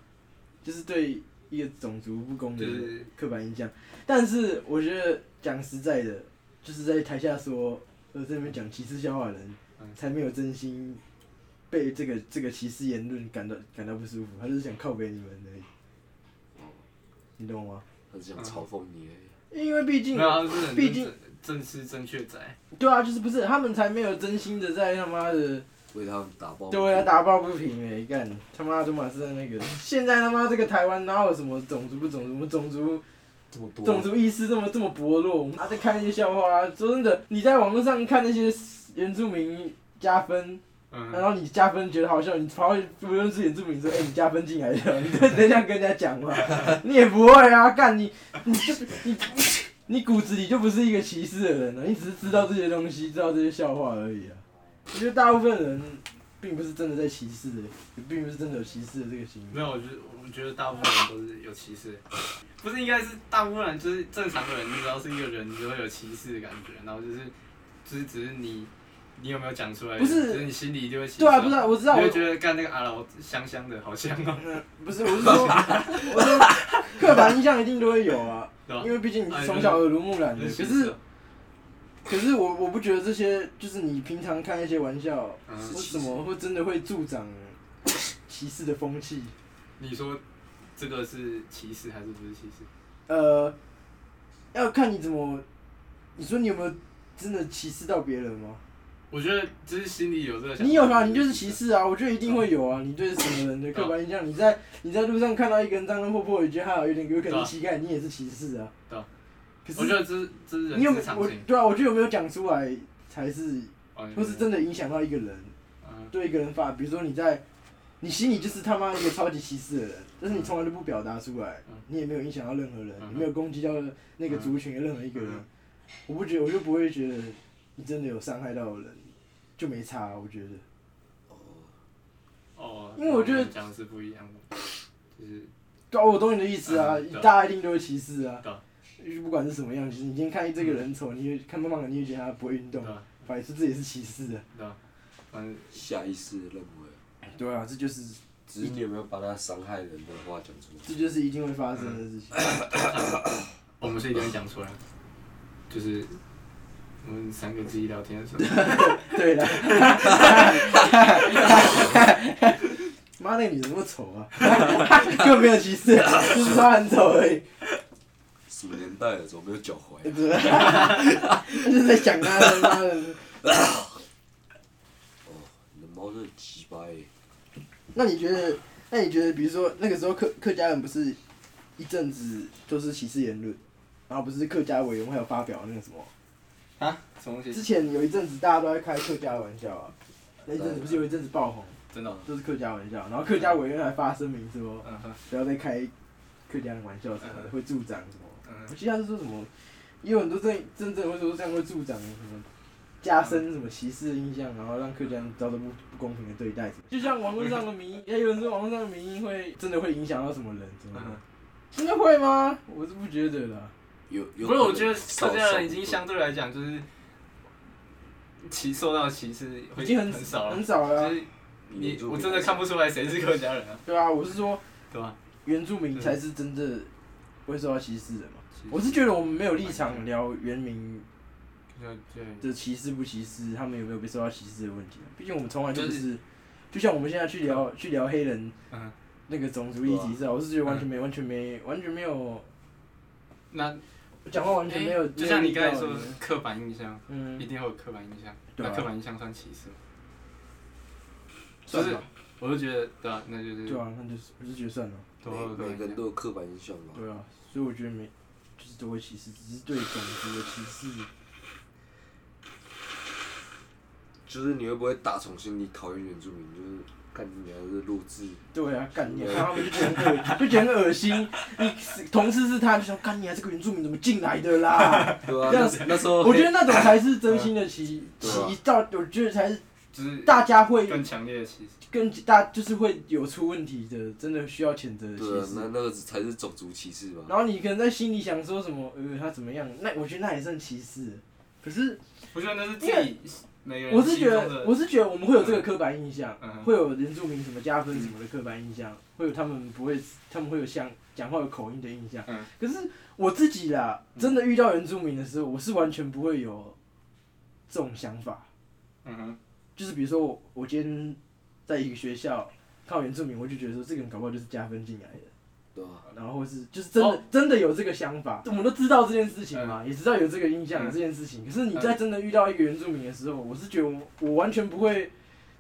就是对一个种族不公的
就是
刻板印象。但是我觉得讲实在的，就是在台下说，呃，这边讲歧视笑话的人，
嗯
才没有真心被这个这个歧视言论感到感到不舒服，他就是想靠北你们而已，
哦
你懂吗？
他只想嘲讽你而已。
因为毕竟
没有，他是很
毕竟
正正是正确仔，
对啊，就是不是他们才没有真心的在他妈的
为他们打包。
对啊，打抱不平哎、干他妈都满是在 那个，现在他妈这个台湾哪有什么种族不种族，我们种族
这么
种
多，
族意识这么这么薄弱，我们还在看那些笑话、啊。说真的，你在网络上看那些原住民加分，然
嗯，
后你加分觉得好笑，你跑去不用自己注明说，哎、你加分进来了，你 真的这样跟人家讲吗？ 你也不会啊，干你你就你你骨子里就不是一个歧视的人了、啊你只是知道这些东西，知道这些笑话而已啊。我觉得大部分人并不是真的在歧视、也并不是真的有歧视的这个行为。
没有，我觉得我觉得大部分人都是有歧视，不是应该是大部分人就是正常人，你只要是一个人，你就会有歧视的感觉，然后就是就是只是你你有没有讲出来，
不是
只是你心里一定会歧视，
对啊，不是、啊，我知道，
你
我
会觉得干那个阿老香香的，好香哦、
嗯，不是，我是说， 我是说，刻板印象一定都会有啊
对啊，
因为毕竟你是从小耳濡目染的。
有
可
歧
是
视，
可是我我不觉得这些就是你平常开一些玩笑，
嗯
为什么会真的会助长歧视的风气？
你说这个是歧视还是不是歧视？
呃，要看你怎么，你说你有没有真的歧视到别人吗？
我觉得只是心里有这个想法。
你有啊，你就是歧视啊！我觉得一定会有啊！你对什么人的刻板印象？你在你在路上看到一个人脏脏破破，你觉得他有点有可能是乞丐，你也是歧视啊。
对啊
可是
我觉得这是这是人
你有没
之
有
常
我
情，
对啊？我觉得有没有讲出来才是，
哦你
或是真的影响到一个人，
嗯
对一个人发，比如说你在，你心里就是他妈一个超级歧视的人，但是你从来都不表达出来
嗯，
你也没有影响到任何人，
嗯
你没有攻击到那个族群的任何一个人，我不觉得，我就不会觉得你真的有伤害到人，就没差、我觉得。
哦，
因为我觉得
那讲的是不一样的，就是
对啊，我懂你的意思啊，
嗯对啊
大家一定都会歧视啊
对啊，
就是不管是什么样，就是你今天看这个人
嗯
丑，你会看棒棒的，你会觉得他不会运
对
动，
吧？
反正这也是歧视啊。
对吧？反正
下意识地认为，
哎
对啊，这就是
只是你有没有把他伤害人的话讲出来？
这就是一定会发生的事情。
我们是一定会讲出来，就是我们三个自己聊天的时 候，
对啦， 妈，那个女的那么丑啊， 根本没有歧视，就是说她很丑而已，
什么年代了，怎么没有脚踝？啊
对吧？就是在讲她的妈的。
你的猫真的鸡巴欸！
那你觉得？那你觉得，比如说那个时候客客家人不是一阵子都是歧视言论，然后不是客家委员会有发表那个什么？
啊，什么东
之
西？
前有一阵子大家都在开客家玩笑啊，那一阵子不是有一阵子爆红，
真的哦，
都是客家玩笑，然后客家委员还发声明说
嗯哼，
不要再开客家的玩笑什么的，会助长什么。我
嗯，
记得他是说什么，也有很多政政政会说这样会助长什么加深什么歧视的印象，然后让客家人遭到不不公平的对待。就像网络上的 民意，也有人说网络上的民意会真的会影响到什么人，怎么
嗯
的？真的会吗？我是不觉得啦。
有有
不是，我觉得
少
客家人已经相对来讲就是歧受到歧视会
已经很
很少
很
了，
少了啊、
就是你我真的看不出来谁是客家人啊，
对啊，我是说
对吧？
原住民才是真的会受到歧视的嘛。
其实
我是觉得我们没有立场聊原民
就对。
的歧视不歧视，他们有没有被受到歧视的问题啊。毕竟我们从来就不，
就是
就像我们现在去聊去聊黑人
嗯，
那个种族
啊
议题上，我是觉得完全没、完全没、完全没有
那哎
讲话，完全没有。
就像你刚才
没
说
有力道的
刻板印象，一
嗯，
定会有刻板印象。
对啊
那刻板印象算歧视吗？就
算
是
吧，
我就觉得，对啊，那就是
对啊，那就是我是觉得算了，
都会有刻
每
板
每个
印
人
象。
都有刻板印象吧？
对啊，所以我觉得没，就是都会歧视，只是对种族的歧视。
就是你会不会打从心里讨厌原住民？就是看你还是弱智，
对啊，干你啊，看他们就觉得很恶，就觉得很恶心。你同事是他，就想干你啊，这个原住民怎么进来的 啦？
对啊，
这样
那那时候
我觉得那种才是真心的歧
对啊
歧到，我觉得才是
就是
大家会
更强烈的歧视。
跟大就是会有出问题的，真的需要谴责的
对
歧
啊，
视
那。那个才是种族歧视吧？
然后你可能在心里想说什么，呃，他怎么样？那我觉得那也算歧视。可是
我觉得那是自
因为
己每个人
我是
心
觉
中
得，
的
我是觉得我们会有这个刻板印象，
嗯
会有原住民什么加分什么的刻板印象，会有他们不会，他们会有像讲话有口音的印象。
嗯
可是我自己啦，真的遇到原住民的时候，我是完全不会有这种想法。
嗯哼，
就是比如说我我今天在一个学校看到原住民，我就觉得说这个人搞不好就是加分进来的。
对啊，
然后或是就是真的、
哦
真的有这个想法，我们都知道这件事情嘛，也知道有这个印象、
嗯
有这件事情。可是你在真的遇到一个原住民的时候，我是觉得我我完全不会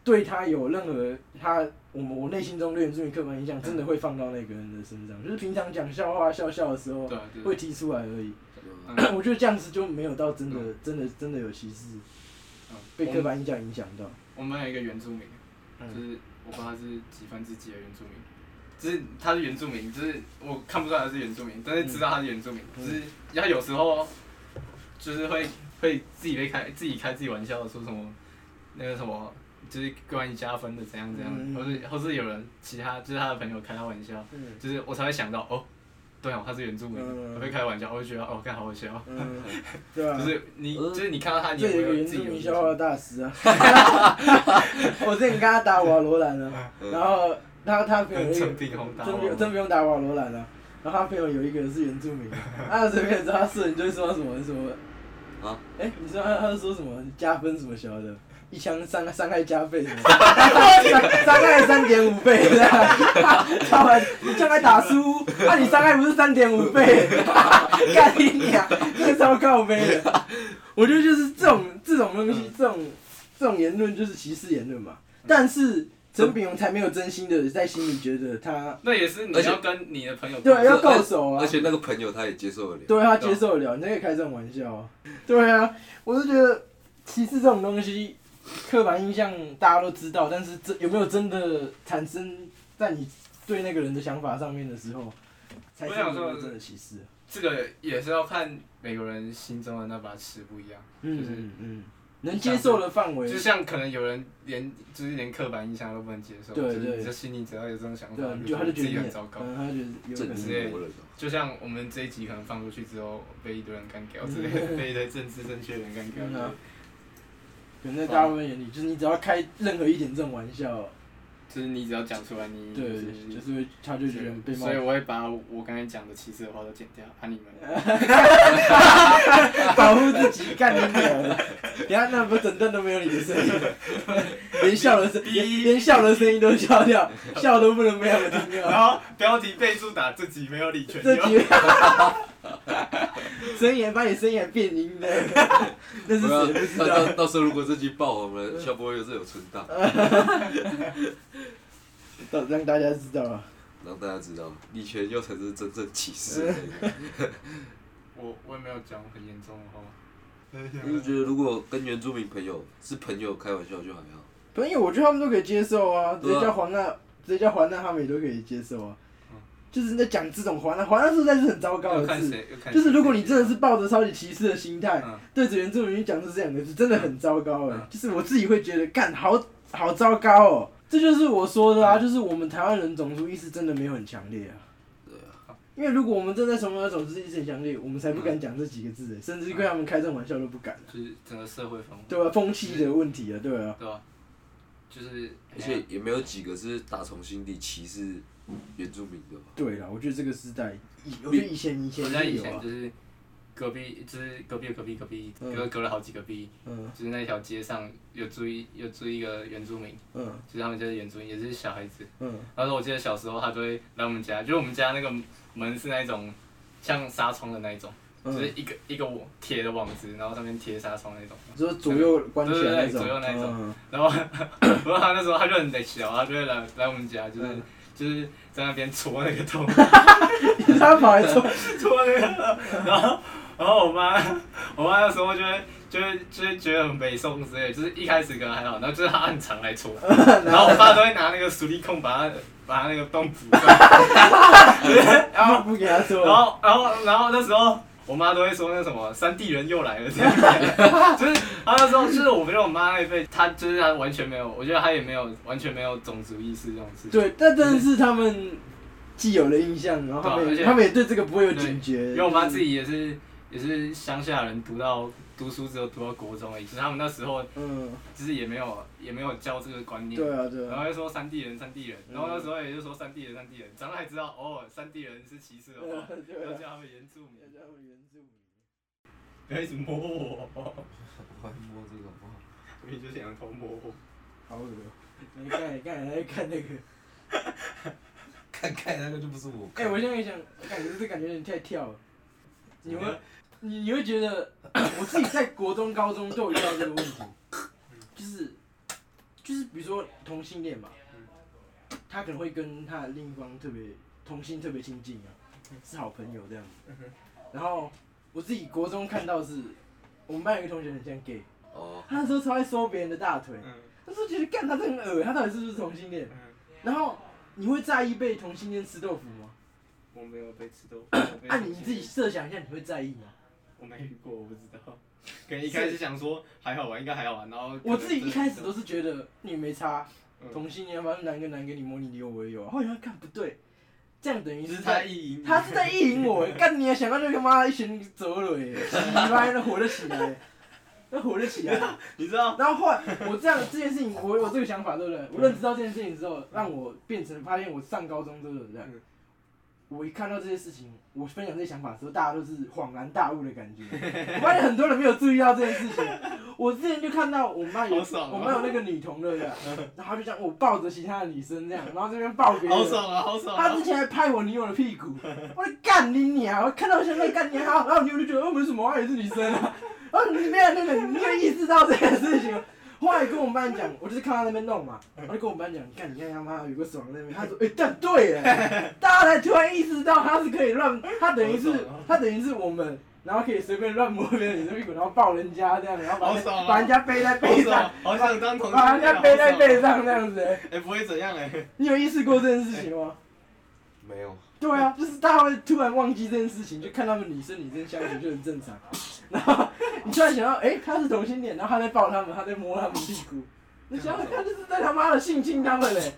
对他有任何他我们我内心中对原住民刻板印象，真的会放到那个人的身上，就是平常讲笑话笑笑的时候
对啊，对
会
啊。
提出来而已。
对啊
嗯
我觉得这样子就没有到真的、
嗯
真的真的有歧视
嗯
被
我
刻
们
板印象影响到。
我们班有一个原住民，
嗯
就是我不知道他是几分之几的原住民，就是他是原住民，就是我看不出来他是原住民，但是知道他是原住民，
嗯
只是他有时候就是会会自己被开自己开自己玩笑，说什么那个什么。就是关于加分的怎样怎样，
嗯
或是或是有人其他就是他的朋友开他玩笑，
嗯
就是我才会想到哦，对哦，他是原住民，
嗯
我会开玩笑，我会觉得哦，干好好笑，
嗯，对啊
就。是你
呃
就是你看到他，你
这
也
有一个
会有
原
自
住
己有
民
印
笑话
象。
大师 啊！我之前跟他打瓦罗兰啊，然后他他朋友
嗯跟
有一个
陈炳宏打
真不
网
用真不用打瓦罗兰了、然后他朋友有一个是原住民， 他随便只要射，你就会说他什么什么。
啊？
哎、你说他他就说什么加分什么小的，一枪伤伤害加倍什 么，伤伤害三点五倍这样，他们将来打输，那、你伤害不是三点五倍？干你娘，这个超靠背的。我觉得就是这种这种东
嗯
西，这种这种言论就是歧视言论嘛。但是陈炳宏才没有真心的在心里觉得他
那也是你
而且
要跟你的朋友
对啊，
沟通
要够熟啊
而，且那个朋友他也接受了，
对啊他接受得了，你才可以开这种玩笑啊。对啊，我就觉得歧视这种东西，刻板印象大家都知道，但是真有没有真的产生在你对那个人的想法上面的时候，才
我
是
想
有没
说
有真的歧视啊。
这个也是要看每个人心中的那把尺不一样。
嗯
就是
嗯嗯，能接受的范围
就，像可能有人连就是连刻板印象都不能接受，
对
就是
对
你就心里只要有这种想法
对啊，，你
就
就他就
自
觉得
己
你
很
很
糟糕。
嗯，他觉得有
政
可
直接
能。
治魔人，哦
就像我们这一集可能放出去之后，被一堆人干掉之类的， 被一堆政治正确的人干掉之类
嗯
的
啊，可能在大部分眼里，就是你只要开任何一点这种玩笑，
就是你只要讲出来，你
对，
嗯就是
就是会他就觉得被冒
所以我会把我刚才讲的歧视的话都剪掉，怕你们。
保护自己，干你娘的！等下那不整段都没有你的声音，连笑的声，连连笑的声音都笑掉，笑都不能没有我听
然
到。
后标题备注打这集没有李全
这
佑，
局， 声音把你声音变音的，那是
不要
谁不知
到
道？
到到时候如果这集爆红了，小波又是有存档，
到让大家知道啊！
让大家知道李全佑才是真正歧视的那个。
我我也没有讲很严重的话。
我就觉得如果跟原住民朋友是朋友开玩笑就还好，
朋友，我觉得他们都可以接受啊，直
对啊
接叫黄娜，直接叫黄娜，他们也都可以接受啊。就是你在讲这种黄娜，黄娜实在是很糟糕
又
的
看
事。
谁，又看
就是如果
谁
你真的是抱着超级歧视的心态，
啊嗯
对着原住民讲出这两个字，真的很糟糕哎、
嗯
就是我自己会觉得，干好好糟糕哦、这就是我说的
嗯
啊，就是我们台湾人种族意识真的没有很强烈啊。因为如果我们真的什么种族意识很强烈，我们才不
嗯
敢讲这几个字、哎甚至跟他们开这种玩笑都不敢、啊
就是整个社会氛围，
对吧、风气的问题啊，对啊，
对吧？就是
哎
哎
而且也没有几个是打从心底歧视原住民的吧？
对啦，我觉得这个时代，以我觉得以前以前
我家
也
以
有
前
啊，
就是隔壁，就是隔壁的隔壁隔壁
嗯
隔隔了好几个壁，
嗯
就是那条街上有住一有住一个原住民，
嗯
就是他们家的原住民也是小孩子。
嗯
然后我记得小时候他就会来我们家，就是我们家那个门是那种像纱窗的那一种，就是
嗯，
一个一个网铁的网子，然后上面贴纱窗那种。
就是左右关起来
对
那
对对
种，
左右那一种
嗯
然后， 然后他那时候他就很得小，他就会来来我们家，就是、就是在那边戳那个 洞，
嗯 他跑 来
啊
说，
戳那个洞，然后然后我妈，我妈那时候就会就会就会觉得很北宋之类的，就是一开始可能还好，然后就是他很常来戳，然后我爸都会拿那个鼠力控把它把它那个洞补上，
然后不给他说，
然后然后然后那时候。我妈都会说那什么山地人又来了这样， 就是她那时候就是我觉得我妈那一辈，她就是她完全没有，我觉得她也没有完全没有种族意识这种事情。
对，但真的是他们既有了印象，然后他
对啊
们
而且
也他们也对这个不会有警觉，
因为我妈自
己，
己也是也是乡下人，读到读书只有读到国中而已，就是他们那时候
嗯，
就是也没有也没有教这个观念，
对啊，对
然
啊，
后就说山地人山地人，
嗯
然后那时候也就说山地人山地人，长大才知道哦山地人是歧视的话，
对
要
啊，
叫他们原住民，
不要一直摸我，
我还摸这个好不好？
你就想偷摸我。
好恶， 你看，你看，来看那个，
看看那个就不是我看。
哎，我现在想，感觉这感觉有点太跳了，你会，你你会觉得，我自己在国中、高中都有遇到这个问题，就是，就是比如说同性恋嘛，他可能会跟他的另一方特别同性特别亲近啊，是好朋友这样子。然后我自己国中看到是，我们班有一个同学很像 gay，
哦，
他那时候超爱收别人的大腿，
嗯，
但是觉得干他真的很恶，他到底是不是同性恋？
嗯，
然后你会在意被同性恋吃豆腐吗？
我没有被 吃豆腐。我被
啊，你
同性
自己
恋
设想一下，你会在意吗？
我没遇过，我不知 道。可能一开始想说还好玩，应该还好玩，然后
我自己一开始都是觉得你没差，
嗯
同性恋反正男跟男跟你摸你你有我也有，啊后来看不对，这样等于
只
是
是他
在
意淫你，
他是在意淫我，干你啊！想到就他妈一群走了耶， 你妈那活得起来，那活得起来。
你知道？
然后后来我这样这件事情，我有这个想法，对不对？我认知到这件事情之后，让我变成发现我上高中之后，对不对
嗯？
我一看到这些事情，我分享这些想法的时候，大家都是恍然大悟的感觉。我发现很多人没有注意到这件事情。我之前就看到我妈有、
好爽哦嗯
我妈有那个女童，对不对？然后她就这样我抱着其他的女生这样，然后这边抱别人
好。爽啊，好爽
他
啊！
之前还拍我女友的屁 股，我说干你娘！我看到我现在干你好，然后我女友就觉得哦没什么啊，也是女生 啊。然后你没有那个，你没有意识到这件事情。后来跟我们班讲，我就是看他那边弄嘛，我就跟我们班讲，你看你看他妈有个爽在那边，他说哎、但对耶，大家才突然意识到他是可以乱，他等于是
啊
他等于是我们。然后可以随便乱摸别人女生屁股，然后抱人家这样，然后把人
好爽啊
把人家背在
好
背上
爽，，好想当同性
把人
恋
家
啊，
背在
好爽啊
背上这样子。
哎，不会怎样哎。
你有意识过这件事情吗？
没有，
对啊，就是大家会突然忘记这件事情，就看他们女生女生相处就很正常。 然后你突然想到，哎、他是同性恋，然后他在抱他们，他在摸他们屁股，你想想，他就是在他妈的性侵他们嘞、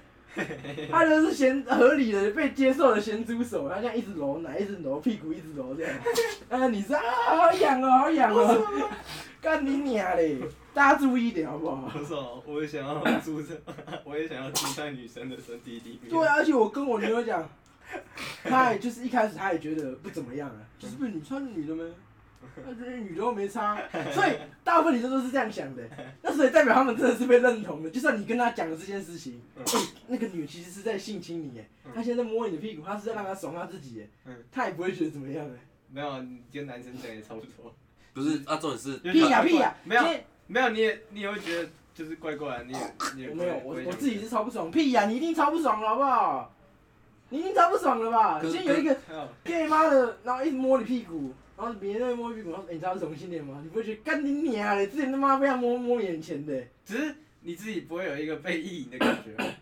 他就是嫌合理的被接受的咸猪手，他这样一直揉奶，一直揉屁股，一直揉这样。啊，你说啊，好痒哦，好痒哦，干你娘嘞！大家注意一点好不好？
好爽哦，我也想要住在，我也想要住在女生的身体里面。
对啊，而且我跟我女友讲， 她也就是一开始她也觉得不怎么样啊，就是不是你穿女的 吗？她觉得女的又没差，啊所以大部分女生都是这样想的。那所以代表她们真的是被认同的，就算你跟她讲了这件事情，
嗯
欸 那个女其实是在性侵你，哎，她现在摸你的屁股，她是在让她爽她自己，哎
嗯，
她也不会觉得怎么样，哎，
没有，啊你跟男生讲也差不多。
不是啊，重点是
就是
屁呀屁呀，
没有
今天
没有，你也你也会觉得就是怪怪的，啊你也你也
我
不
没
会
有，
不
我
会
我
想
自己是超不爽，屁呀，你一定超不爽了，好不好？你一定超不爽了吧？
可
今
是
天有一个。
还好
gay 妈的，然后一直摸你屁股，然后别人在摸屁股，然后、欸、你知道是同性恋吗？你不会觉得干你娘嘞？之前他妈被他摸摸眼前的、
只是你自己不会有一个被意淫的感觉，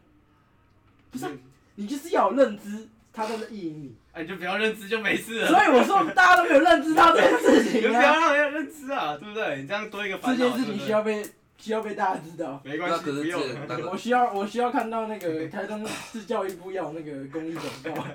不是啊
嗯
你就是要有认知，他在 意淫你。
啊，你就不要认知就没事了。
所以我说大家都没有认知到这件事
你就
情
不要
啊，
让人家认知啊，对不对？你这样多一个
这
烦恼，
件事
对
情
不
需
对？
要被需要被大家知道。
没关
那
系，
可
不
是这
用。
那
我
个
需要我需要看到那个台中市教育部要那个公益广告，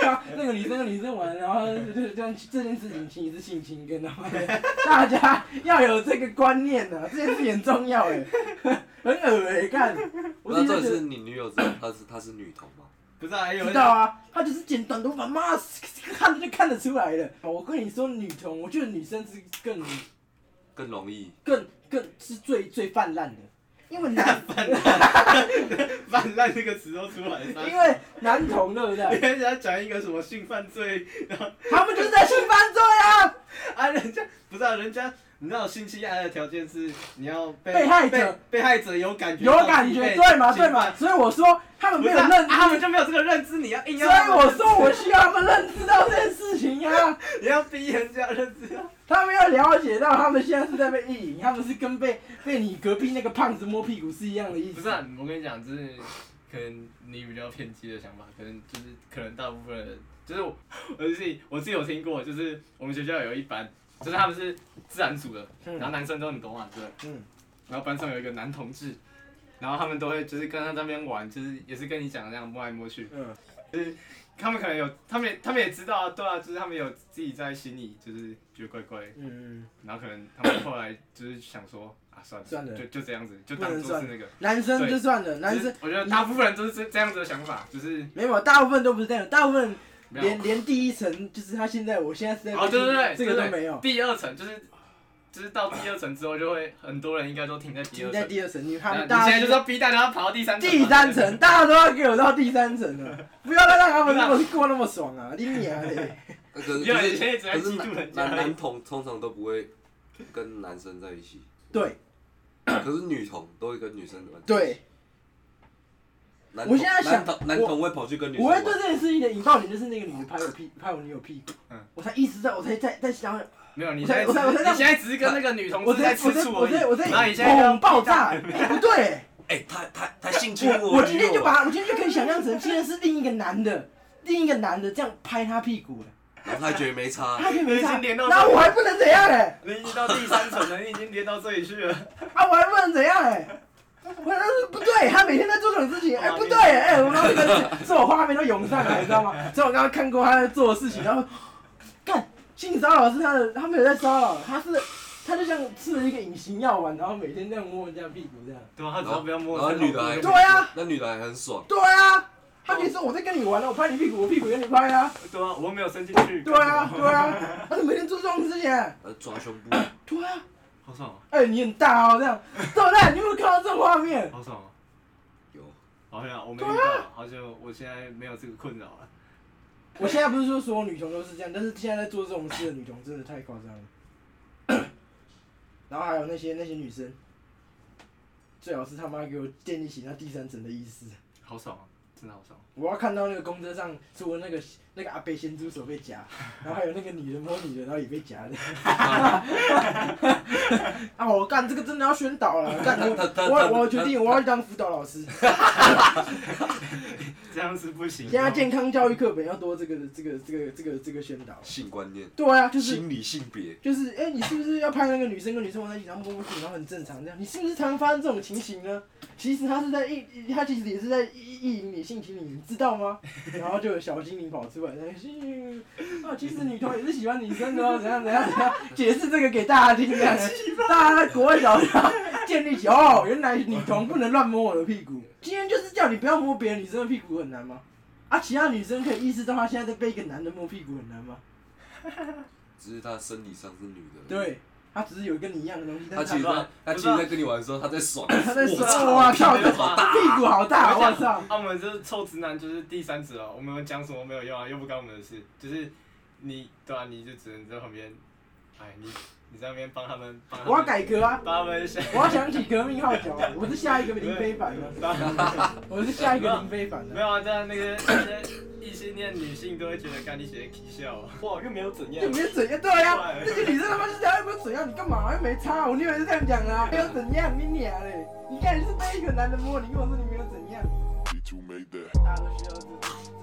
看 那个女生跟女生玩，然后就这样这件事情其实是性侵跟他们， 大家要有这个观念呐、啊，这件事情很重要哎， 很恶哎、看，我
那
自
重点是
己
你女友知道她是她是女同吗？
不是啊，还有
知道啊，她就是剪短头发，妈看就看得出来了。我跟你说，女同，我觉得女生是更
更容易
更更是最最泛滥的，因为男
泛滥这个词都出来了。
因为男同对不对？
你人家讲一个什么性犯罪，然后
他们就是在性犯罪啊！
啊，人家不是啊，人家你知道性侵害的条件是你要被
被害者
被被害者有感觉，
有感觉，对嘛对嘛，，所以我说他们
不
没
是
有
啊、
认知，
啊他们就没啊有这个认知，你要硬
所
要，
以我说我需要他们认知到这件事情 啊，
你要逼人家认知啊，
他们要了解到他们现在是在被意淫，他们是跟被被你隔壁那个胖子摸屁股是一样的意思。
不是、啊，我跟你讲，就是 可能你比较偏激的想法，可能就是可能大部分人，就是我 我自己我自己有听过，就是我们学校有一班，就是他们是自然组的，
嗯
然后男生都很懂嘛，对不对，
嗯
然后班上有一个男同志，然后他们都会就是跟他那边玩，就是也是跟你讲的那样摸来摸去，
嗯，
他们可能有，他们也他们也知道啊，对啊，就是他们有自己在心里就是觉得怪怪的，
嗯，
然后可能他们后来就是想说啊，算了，
算了
就就这样子，就当
不能
做是那个。
男生就算了，男
就
生
是我觉得大部分人都是这这样子的想法，就是
没有，大部分都不是这样，大部分
没有
连连第一层就是他现在我现在是在被
哦，对对对，
这个
对
都没有。
第二层就是就是到第二层之后，就会很多人应该都停在第
你
二
在
层。
第二层，你他
那
们
你
大
现
家
在就是要逼大家跑到第三层嘛。
第三层，大家都要给我到第三层了，不要再让他们那么过那么爽啊！你娘嘞！
那
没
个呃可
有你
是
现在只在
可是
嫉妒
男
人家而已
男男同通常都不会跟男生在一起，
对
可是女同都会跟女生玩。
对，
男
我
同，
现在想
男同男同会跑去跟女生
我会
玩
对。这件事情的引爆点就是那个女的拍我 屁拍我女友屁股，
嗯
我才意识到，我才在在想，
没有，你
我
现
才
在只
我才我才
是你现在只是跟那个女同
我
志
在
在
我
吃
在
醋而
我
已。
在我
然后你现在
在
要
猛爆炸，哎不对，
哎，他他他性侵
我我
女
今
友
天就把他，我今天就可以想象成今天是另一个男的，另一个男的这样拍他屁股了，
然后他还觉得没差，
他就
啊
没
你已
差，
经连到
然后我还不能怎样嘞？
你已经到第三层了，你已经连到这里去了。
啊，我还不能怎样哎、我那是不对，他每天在做这种事情，哎、不对，哎、我刚刚那个自我画面都涌上来，你知道吗？所以我刚刚看过他在做的事情，然后干性骚扰是他的，他没有在骚扰，他是他就像吃了一个隐形药丸，然后每天这样摸人家屁股这样。
对啊，他只要不要摸
然后
我
然
这个
后女的还
对啊，
那女的还很爽，
对啊，他可以说我在跟你玩了，我拍你屁股，我屁股给你拍啊，
对啊，我没有伸进去。
对啊，对啊，他是每天做这种事情，
呃，抓胸部，
对啊，
好爽哦，
哎、你很大哦，这样，对不对？你有没有看到这种画面？
好爽哦。
有
好像我没遇
啊
到，好像我现在没有这个困扰了。
我现在不是说所有女同都是这样，但是现在在做这种事的女同真的太夸张了。然后还有那些那些女生，最好是他妈给我建立起那第三层的意识。
好爽哦，真的好爽。
我要看到那个公车上，除了那个那个阿贝咸猪手被夹，然后还有那个女的摸女的，然后也被夹的。 啊！我干这个真的要宣导了，干
他他
我
他
我我决定我要去当辅导老师。
这样是不行。
现在健康教育课本要多这个这个这个这个这个宣导。
性观念、
对啊，就是
心理性别，
就是，哎、你是不是要拍那个女生跟女生玩在一起，然后摸摸屁股，然后很正常这样？你是不是常发生这种情形呢？其实他是在意，他其实也是在意意淫你、性侵你，你知道吗？然后就有小精灵跑出来，那个啊，其实女同也是喜欢女生的哦，怎样怎样怎样，解释这个给大家听，这样大家在国小上建立起哦，原来女同不能乱摸我的屁股。今天就是叫你不要摸别的女生的屁股，很难吗？啊，其他女生可以意识到她现在在被一个男的摸屁股，很难吗？
只是他生理上是女的，，
对，她只是有跟你一样的东西，但
他
是
其实
不知
他
道
他其实在跟你玩的时候，他在爽，
他在说
我操，
哇靠，
屁股好大
屁股好大，
我
我
讲
操！
啊，我们就是臭直男，就是第三者哦。我们讲什么没有用啊，又不干我们的事。就是你，对啊，你就只能在旁边，哎，你你在那边帮他们，帮他们
我要改革啊！
帮他们想。
我要想起革命号角，我是下一个林非凡啊！
帮他们
我是下一个林非凡
没
啊！
有啊，这样那个那些异性恋女性都会觉得干你写的 K 笑哦，哇，又没有怎样
又。没有怎样，对呀，那些女生他妈就是讲又没有怎样，你干嘛？又没差，我女友是这样讲的啊，没有怎样，你娘嘞！你看你是被一个男的摸，你跟我说你没有怎样，
He too made that.
大家都需要这种。